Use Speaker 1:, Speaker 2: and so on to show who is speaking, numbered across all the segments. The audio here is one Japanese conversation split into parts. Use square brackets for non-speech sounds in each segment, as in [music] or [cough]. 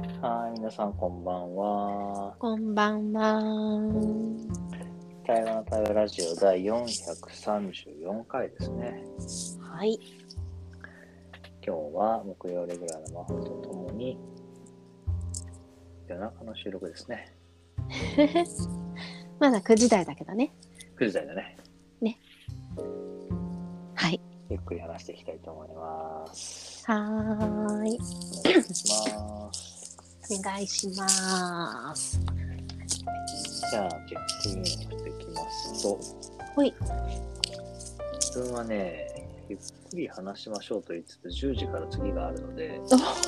Speaker 1: 皆さんこんばんは。
Speaker 2: こんばんは。
Speaker 1: 台湾の台湾ラジオ第434回ですね。
Speaker 2: はい。
Speaker 1: 今日は木曜レギュラーの魔法とともに、夜中の収録ですね。
Speaker 2: [laughs] まだ9時台だけどね。
Speaker 1: 9時台だね。
Speaker 2: はい。
Speaker 1: ゆっくり話していきたいと思います。
Speaker 2: はーい。
Speaker 1: お願いします。
Speaker 2: お願いします。
Speaker 1: じゃあ、チェックインをしていきますと。
Speaker 2: ほい。
Speaker 1: 自分はね、ゆっくり話しましょうと言いつつ、10時から次があるので、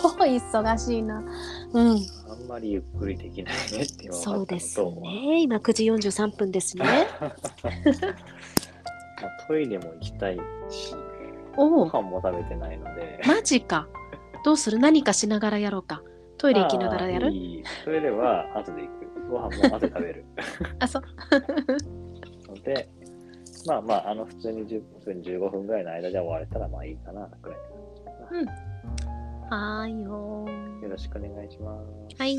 Speaker 2: おお、忙しいな。うん。
Speaker 1: あんまりゆっくりできないねって今分かったの
Speaker 2: そう
Speaker 1: と
Speaker 2: ですね。今9時43分です [laughs] ね。
Speaker 1: まあトイレも行きたいし、
Speaker 2: お
Speaker 1: ご
Speaker 2: お、
Speaker 1: 飯も食べてないので。
Speaker 2: マジか。どうする何かしながらやろうか。トイレ行きながらや
Speaker 1: あ
Speaker 2: る
Speaker 1: ーいいトイレは後で行く。ご飯も後で食べる。
Speaker 2: あ、そう。
Speaker 1: ので、 [laughs] まあまあ、あの、普通に10分、15分ぐらいの間で終われたら、まあいいかな、くらい。
Speaker 2: はーいよー。
Speaker 1: よろしくお願いします。
Speaker 2: はい。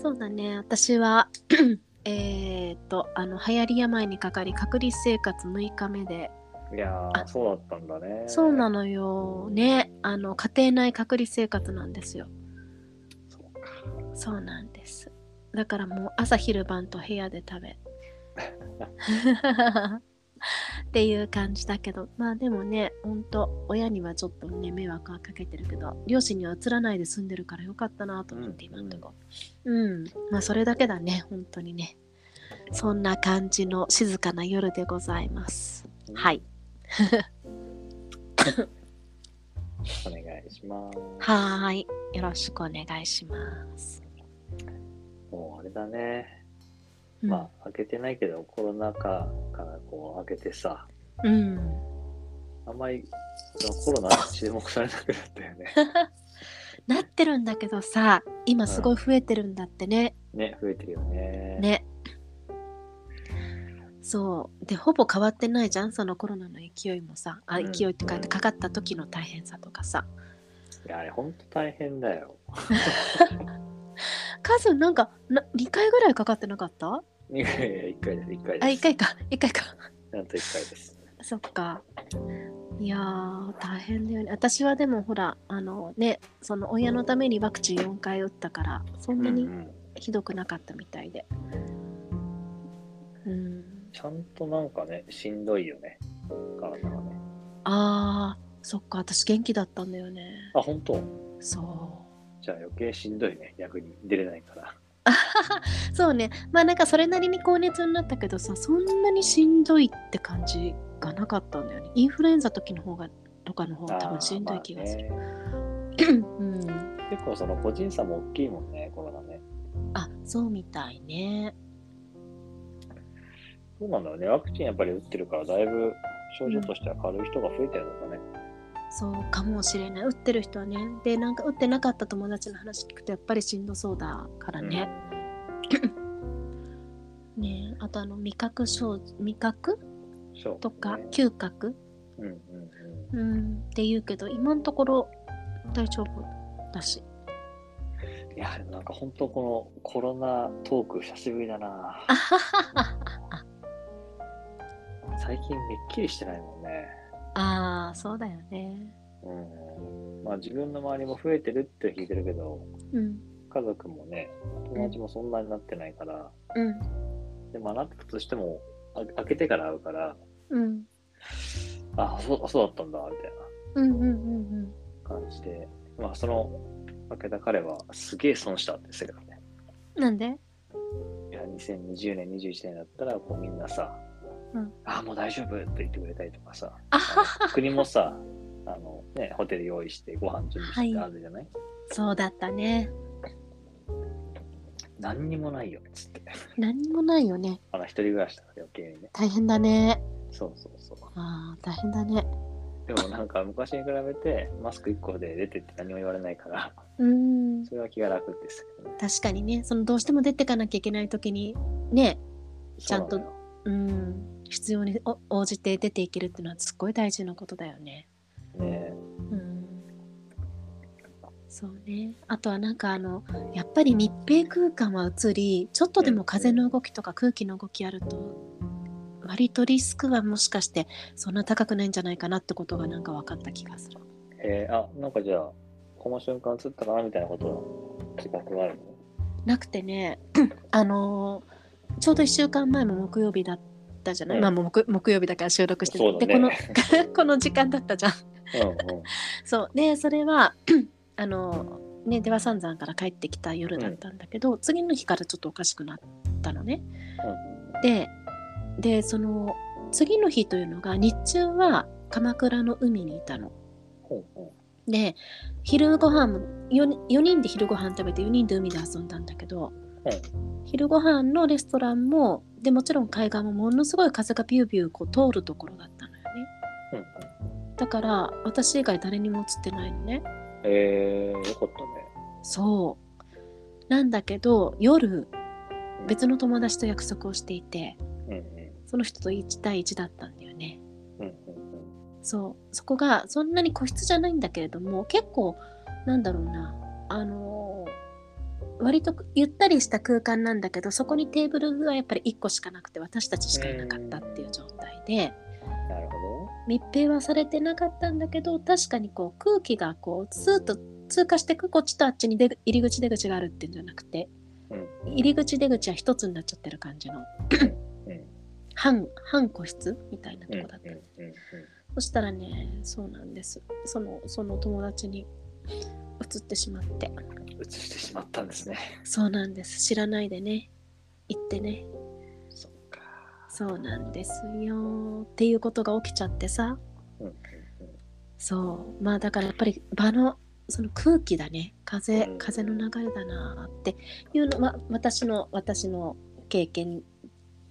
Speaker 2: そうだね。私は、 [clears throat] えーっと、あの、流行り病にかかり、隔離生活6日目で、
Speaker 1: いやー、
Speaker 2: あ
Speaker 1: そうだったんだね。
Speaker 2: そうな
Speaker 1: の。
Speaker 2: のよ。ね、あの家庭内隔離生活なんですよ。
Speaker 1: そうか。
Speaker 2: そうなんです。だからもう朝昼晩と部屋で食べ。 [laughs] っていう感じだけど、まあでもね、ほんと親にはちょっとね迷惑はかけてるけど、両親には移らないで済んでるからよかったなと思って
Speaker 1: うん
Speaker 2: 今んとこ。うん、まあそれだけだね、本当にね。そんな感じの静かな夜でございます。はい。
Speaker 1: お願いします。
Speaker 2: はーい。よろしくお願いします。
Speaker 1: もうあれだね。
Speaker 2: うん
Speaker 1: まあ、開けてないけど、コロナ禍からこう、開けてさ、
Speaker 2: うん。
Speaker 1: あんまりコロナ注目されなくなったよね。
Speaker 2: [laughs] なってるんだけどさ、今すごい増えてるんだってね。
Speaker 1: ね、増えてるよね。
Speaker 2: ね。そう。で、ほぼ変わってないじゃん、そのコロナの勢いもさ。あ、
Speaker 1: うん
Speaker 2: 勢いって書いてかかった時の大変さとかさ。
Speaker 1: いや、あれ、ほんと大変だよ。
Speaker 2: カズなんかな2回ぐらいかかってなかった
Speaker 1: いやいや、1回です、1回です。
Speaker 2: あ、1回か、1回か。 [laughs]
Speaker 1: なんと1回です。
Speaker 2: そっか。いやー大変だよね。私はでもほら、あのね、その親のためにワクチン4回打ったから、そん
Speaker 1: うん
Speaker 2: な
Speaker 1: う
Speaker 2: に
Speaker 1: ん、
Speaker 2: ひどくなかったみたいで。うん。
Speaker 1: ちゃんとなんかね、しんどいよね。体がね。
Speaker 2: あー、そっか、私元気だったんだよね。
Speaker 1: あ、本当
Speaker 2: そ
Speaker 1: じゃあ余計しんどいね。逆に出れないから。
Speaker 2: う。そうね。まあなんかそれなりに高熱になったけどさ、そんなにしんどいって感じがなかったんだよね。インフルエンザ時の方が、とかの方が多分しんどい気がする。
Speaker 1: あーまあね
Speaker 2: うん。
Speaker 1: 結構その個人差も大きいもんね、コロナね。
Speaker 2: あ、そうみたいね。
Speaker 1: そうなんだよね。ワクチンやっぱり打ってるから、だいぶ症状としては軽い人が増えてるのかね。
Speaker 2: そうかもしれない打ってる人はねでなんか打ってなかった友達の話聞くとやっぱりしんどそうだからね、ねあとあの味覚症味覚
Speaker 1: うん。そう、ね。
Speaker 2: とか嗅覚、
Speaker 1: うんうんうん。
Speaker 2: うん、って言うけど今のところ大丈夫だし
Speaker 1: いや、でもなんか本当このコロナトーク久しぶりだな。
Speaker 2: あははは
Speaker 1: 最近めっきりしてないもんね。
Speaker 2: [laughs] あーそうだよね
Speaker 1: うん。まあ自分の周りも増えてるって聞いてるけど、
Speaker 2: うん
Speaker 1: 家族もね、友達もそんなになってないから、
Speaker 2: うん
Speaker 1: でもなったとしても、あ開けてから会うから、
Speaker 2: うん
Speaker 1: あ、そうそうだったんだ、みたい
Speaker 2: うんうんうんうん
Speaker 1: な感じで。まあその、開けた彼はすげえ損したってするからね。
Speaker 2: なんで
Speaker 1: いや2020年、21年だったら、こうみんなさ、
Speaker 2: うん
Speaker 1: あもう大丈夫って言ってくれたりとかさ、
Speaker 2: あはは
Speaker 1: 国もさ、あのね、ホテル用意してご飯準備して
Speaker 2: はい
Speaker 1: あるじゃない、
Speaker 2: そうだったね
Speaker 1: 何にもないよ、つって。
Speaker 2: 何もないよね
Speaker 1: あの、一人暮らしだから余計にね。
Speaker 2: 大変だね
Speaker 1: そうそうそう。
Speaker 2: あー大変だね
Speaker 1: でもなんか昔に比べて、マスク1個で出てって何も言われないから、
Speaker 2: うん
Speaker 1: それは気が楽ですけどね。
Speaker 2: 確かにねそのどうしても出てかなきゃいけない時にねちゃんと
Speaker 1: そうなのよ
Speaker 2: うん必要にお応じて出ていけるっていうのはすっごい大事なことだよね。
Speaker 1: ね
Speaker 2: うんそうね。あとはなんかあの、やっぱり密閉空間は移り、ちょっとでも風の動きとか空気の動きあると、割とリスクはもしかしてそんな高くないんじゃないかなってことがなんか分かった気がする。
Speaker 1: えー、あ、なんかじゃあ、この瞬間映ったかなみたいなことの自覚があるの
Speaker 2: なく
Speaker 1: [laughs]
Speaker 2: てね、あのーちょうど1週間前も木曜日だったじゃない、
Speaker 1: うん
Speaker 2: まあもう木木曜日だから収録して
Speaker 1: そう
Speaker 2: て、
Speaker 1: だ
Speaker 2: でこの [laughs]
Speaker 1: ね
Speaker 2: この時間だったじゃん。
Speaker 1: うんうん。
Speaker 2: そうでそれは [clears throat] あのね出羽三山から帰ってきた夜だったんだけど、次の日からちょっとおかしくなったのね。ででその次の日というのが日中は鎌倉の海にいたの。
Speaker 1: ほうほ
Speaker 2: で昼ご飯も 4, 4人で昼ご飯食べて4人で海で遊んだんだけど、昼ご飯のレストランもでもちろん海岸もものすごい風がビュービューこう通るところだったのよね。
Speaker 1: う。うんうん、
Speaker 2: だから私以外誰にも映ってないのね。
Speaker 1: えー、よかった
Speaker 2: そうなんだけど夜
Speaker 1: うん
Speaker 2: 別の友達と約束をしていて
Speaker 1: ね。うん
Speaker 2: その人と1対1だったんだよね
Speaker 1: うん。うんうんうん。
Speaker 2: そうそこがそんなに個室じゃないんだけれども結構なんだろうなあのー割とゆったりした空間なんだけどそこにテーブルがやっぱり1個しかなくて私たちしかいなかったっていう状態で
Speaker 1: なるほ
Speaker 2: 密閉はされてなかったんだけど確かにこう空気がこうスーッと通過してくこっちとあっちに出ぐ入り口出口があるっていうんじゃなくて
Speaker 1: ど。うん。
Speaker 2: 入り口出口は一つになっちゃってる感じの
Speaker 1: うん
Speaker 2: 半半個室みたいなと
Speaker 1: うんうん
Speaker 2: こだった、
Speaker 1: うんうん
Speaker 2: そしたらねそうなんですそのその友達に移ってしまって
Speaker 1: 映してしまったんですね。
Speaker 2: そうなんです知らないでね行ってね
Speaker 1: そっか。
Speaker 2: そうなんですよっていうことが起きちゃってさ
Speaker 1: うんうん
Speaker 2: そうまあだからやっぱり場のその空気だね風
Speaker 1: うん
Speaker 2: 風の流れだなっていうのは私の私の経験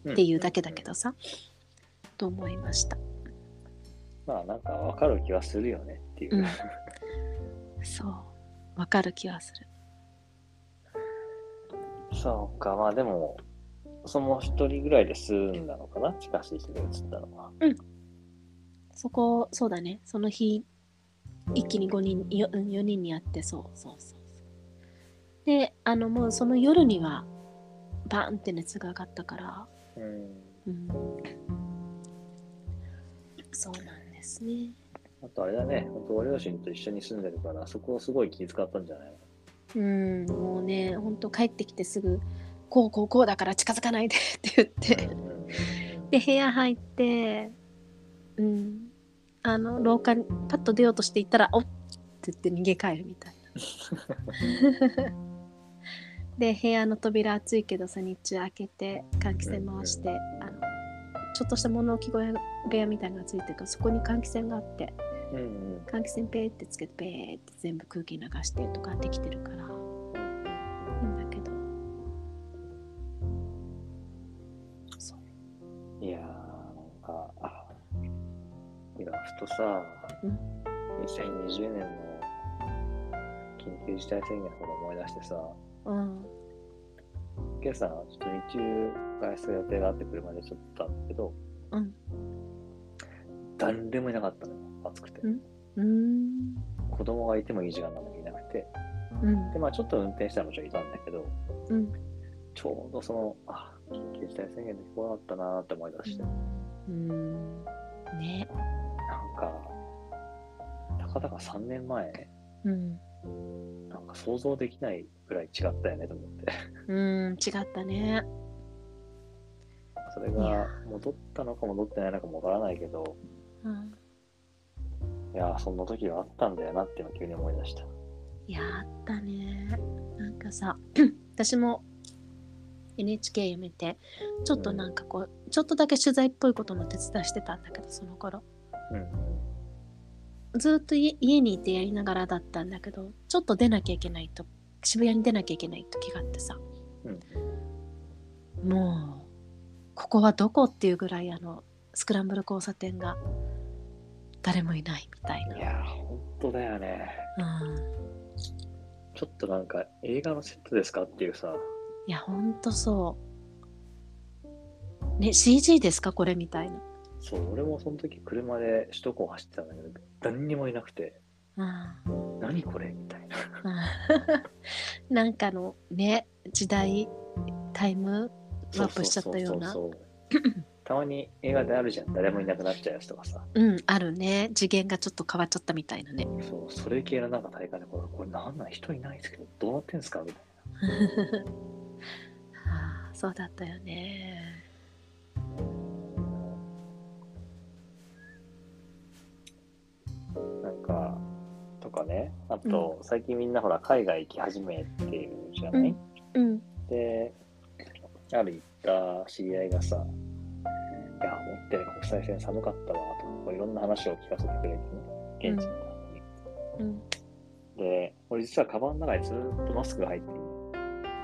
Speaker 1: うん。
Speaker 2: っていうだけだけどさ、と思いました
Speaker 1: まあなんかわかる気はするよねっていう。
Speaker 2: うんそうわかる気はする
Speaker 1: そうか、まあでも、その一人ぐらいで済んだのかな近しい人で映ったのは。
Speaker 2: そこそうだねその日一気に5人 4, 4人に会ってそうそうそうそうであのもうその夜にはバーンって熱が上がったから
Speaker 1: うん。
Speaker 2: うんそうなんですね
Speaker 1: あとあれだね、本当ご両親と一緒に住んでるから、そこをすごい気遣ったんじゃない
Speaker 2: うんもうねほんと帰ってきてすぐこうこうこうだから近づかないで [laughs] って言って
Speaker 1: のうんうんうん
Speaker 2: で部屋入ってうんあの廊下にパッと出ようとしていったら「おっ!」って言って逃げ帰るみたい [laughs] な。で部屋の扉暑いけどさ日中開けて換気扇回して、あのちょっとした物置小屋部屋みたいなのがついてるからそこに換気扇があって
Speaker 1: うんうん
Speaker 2: 換気扇ペーってつけてペーって全部空気流してとかできてるからいいんだけどそう
Speaker 1: いやー、なんか、あいや、ふとさ、
Speaker 2: うん
Speaker 1: 2020年の緊急事態宣言のこと思い出してさ、
Speaker 2: うん
Speaker 1: 今朝、ちょっと日中外出予定があって車でちょっと行ったんだけど、
Speaker 2: うん
Speaker 1: 誰でもいなかったのよ、暑くて。
Speaker 2: うんうん
Speaker 1: 子供がいてもいい時間なのにいなくて。
Speaker 2: うん
Speaker 1: で、まあちょっと運転したらもちろんいたんだけど、
Speaker 2: うん
Speaker 1: ちょうどその、あ、緊急事態宣言でこうなったなーって思い出して、なん
Speaker 2: うんね
Speaker 1: か、たかだか3年前、
Speaker 2: うん
Speaker 1: なんか想像できないぐらい違ったよねと思って。 [laughs]
Speaker 2: うん違ったね
Speaker 1: それ
Speaker 2: いや
Speaker 1: が戻ったのか戻ってないのかもわからないけど、
Speaker 2: うん
Speaker 1: いやー、そんな時があったんだよなっていうのを急に思い出した。
Speaker 2: いやあったねなんか [clears throat] さ私も NHK 辞めてちょっとなんかこう、ちょっとだけ取材っぽいことも手伝いしてたんだけどその頃
Speaker 1: うん
Speaker 2: ずーっと家家にいてやりながらだったんだけどちょっと出なきゃいけないと渋谷に出なきゃいけない時があってさ、もうここはどこっていうぐらいあのスクランブル交差点が誰もいないみたい
Speaker 1: うん。いやー、ほんとだよね。
Speaker 2: な、うん、
Speaker 1: ちょっとなんか映画のセットですかっていうさ、
Speaker 2: いやほんとそうね CG ですかこれみたいな
Speaker 1: そう、俺もその時車で首都高走ってたんだけど、誰にもいなくて、
Speaker 2: うあー
Speaker 1: 何これみたいな。
Speaker 2: あー [laughs] なんかのね時代タイムワープしちゃったような
Speaker 1: そうそうそうそう [laughs] たまに映画であるじゃん。誰もいなくなっちゃうやつとかさ。
Speaker 2: うんあるね次元がちょっと変わっちゃったみたいなね
Speaker 1: そう、それ系のなんか大会で、これ、これなんなん人いないんですけど、どうなってんすかみたい
Speaker 2: あーそうだったよね
Speaker 1: な。なんか、とかね。あと、最近みんなほら、海外行き始めてるじゃない、
Speaker 2: うんうん
Speaker 1: で、ある行った知り合いがさ、いや、思ってる国際線寒かったわとか、こういろんな話を聞かせてくれてね、現地の方に。
Speaker 2: うん
Speaker 1: で、俺実はカバンの中にずっとマスクが入ってる。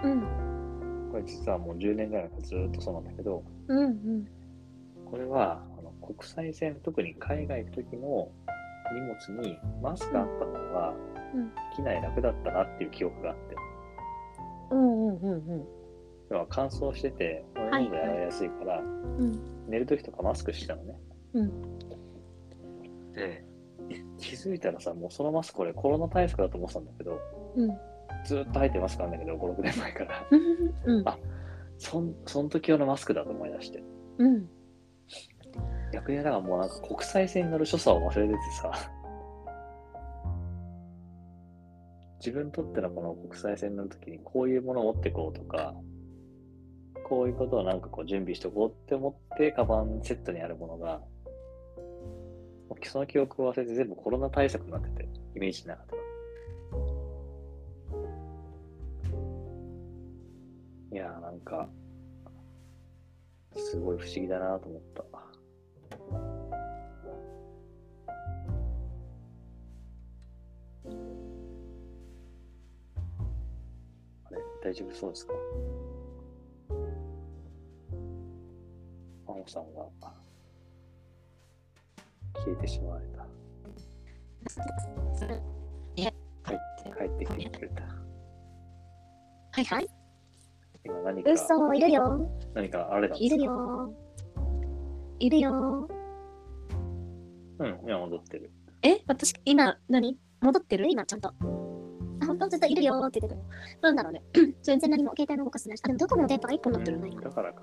Speaker 2: うん
Speaker 1: これ実はもう10年ぐらい前からずっとそうなんだけど、
Speaker 2: うんうん
Speaker 1: これはあの国際線、特に海外行く時の荷物にマスクあった方が
Speaker 2: うん
Speaker 1: 機内楽だったなっていう記憶があって、
Speaker 2: うんうんうん
Speaker 1: 要は乾燥してて、俺のがやられやすいから、
Speaker 2: うん
Speaker 1: 寝る時とかマスクしてたのね。
Speaker 2: う
Speaker 1: で、気づいたらさ、もうそのマスク俺コロナ対策だと思ってたんだけど、
Speaker 2: うん
Speaker 1: ずっと入ってマスクあんだけど、5、6年前から。
Speaker 2: うん
Speaker 1: あそんその時用のマスクだと思い出して。
Speaker 2: うん
Speaker 1: 逆にだからもうなんか国際線に乗る所作を忘れててさ [laughs] 自分にとってのこの国際線に乗る時にこういうものを持ってこうとかこういうことをなんかこう準備しとこうって思ってカバンセットにあるものがもうその記憶を忘れて全部コロナ対策になっててイメージなかったいやーなんかすごい不思議だなと思った。あれ、大丈夫そうですか真帆さんが消えてしまわれた。帰ってきてくれた。
Speaker 2: はいはい
Speaker 1: 今何か、
Speaker 3: 嘘いるよ
Speaker 1: 何かあれだ
Speaker 3: いるよいるよ
Speaker 1: うん、今戻ってる。
Speaker 2: え私今何戻ってる
Speaker 3: 今ちゃんとあ本当ずっといるよって言ってたなんだろうね全然何も携帯も動かせないしあでもドコモの電波が1本乗ってるね
Speaker 1: うんだからか。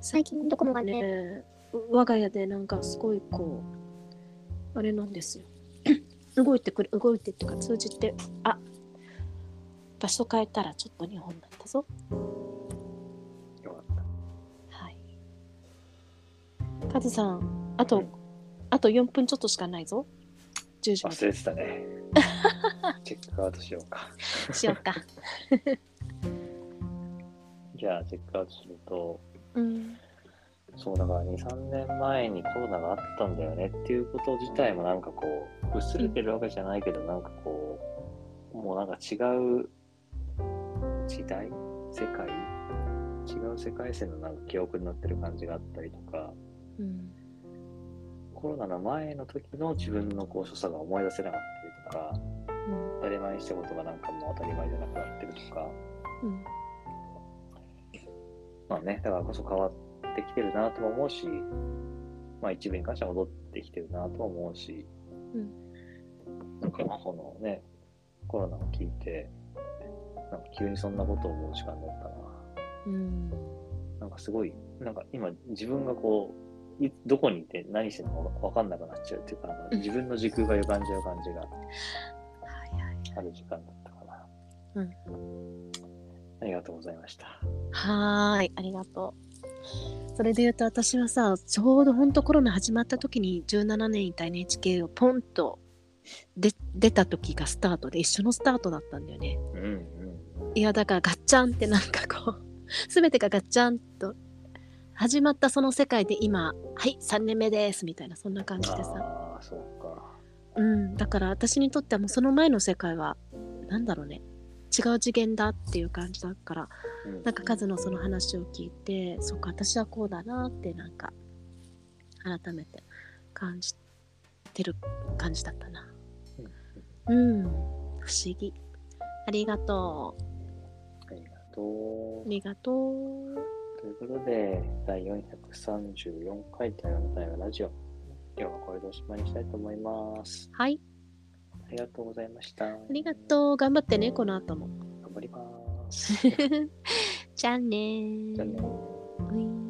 Speaker 3: 最近ドコモがね
Speaker 2: ね我が家でなんかすごいこうあれなん
Speaker 3: [laughs]
Speaker 2: ですよ動いてくれ動いてっていうか通じてあ場所変えたらちょっと日本だったぞ
Speaker 1: よかった。
Speaker 2: はいカズさんあと、
Speaker 1: うん
Speaker 2: あと4分ちょっとしかないぞ10時ま
Speaker 1: 忘れてたね。
Speaker 3: [laughs]
Speaker 1: チェックアウトしようか。
Speaker 2: でしようか
Speaker 1: じゃあ、チェックアウトすると、
Speaker 2: うん
Speaker 1: そうだから2、3年前にコロナがあったんだよねっていうこと自体もなんかこう、うっすれてるわけじゃないけど、なんかこう、もうなんか違う時代世界違う世界線のなんか記憶になってる感じがあったりとか、
Speaker 2: うん
Speaker 1: コロナの前の時の自分のこう所作が思い出せなかったりとか、当たり前にしたことがなんかもう当たり前じゃなくなってるとか、
Speaker 2: うん
Speaker 1: まあね、だからこそ変わってきてるなとも思うし、まあ一部に関しては戻ってきてるなとも思うし、
Speaker 2: うん
Speaker 1: なんかこのね、コロナを聞いて、なんか急にそんなことを思う時間だったな。
Speaker 2: うん
Speaker 1: なんかすごい、なんか今自分がこう、いどこにいて何してるのかわかんなくなっちゃうっていうか、なんか自分の時空が歪んじゃう感じが
Speaker 2: はいはい
Speaker 1: ある時間だったかな。
Speaker 2: うん
Speaker 1: ありがとうございました。
Speaker 2: はーい、ありがとう。それで言うと私はさ、ちょうど本当コロナ始まった時に17年いた NHK をポンとで出た時がスタートで一緒のスタートだったんだよね。
Speaker 1: うんうん。
Speaker 2: いやだからガッチャンってなんかこう、 [laughs] 全てがガッチャンと始まったその世界で今、はい、3年目ですみたいなそんな感じでさ。
Speaker 1: ああ、そうか。
Speaker 2: うん、だから私にとってはもうその前の世界はなんだろうね、違う次元だっていう感じだから、
Speaker 1: うん
Speaker 2: なんかカズのその話を聞いてそっか私はこうだなってなんか改めて感じてる感じだったなうん不思議ありがと
Speaker 1: ありがと
Speaker 2: うあ
Speaker 1: う。
Speaker 2: りがとう
Speaker 1: ということで、第434回台湾の台湾ラジオ、今日はこれでおしまいにしたいと思います。
Speaker 2: はい
Speaker 1: ありがとうございました。あ
Speaker 2: ありがとう。頑張ってね、この後も。 [laughs]
Speaker 1: う。頑張ります。
Speaker 2: じゃあねー
Speaker 1: じゃあね
Speaker 2: うい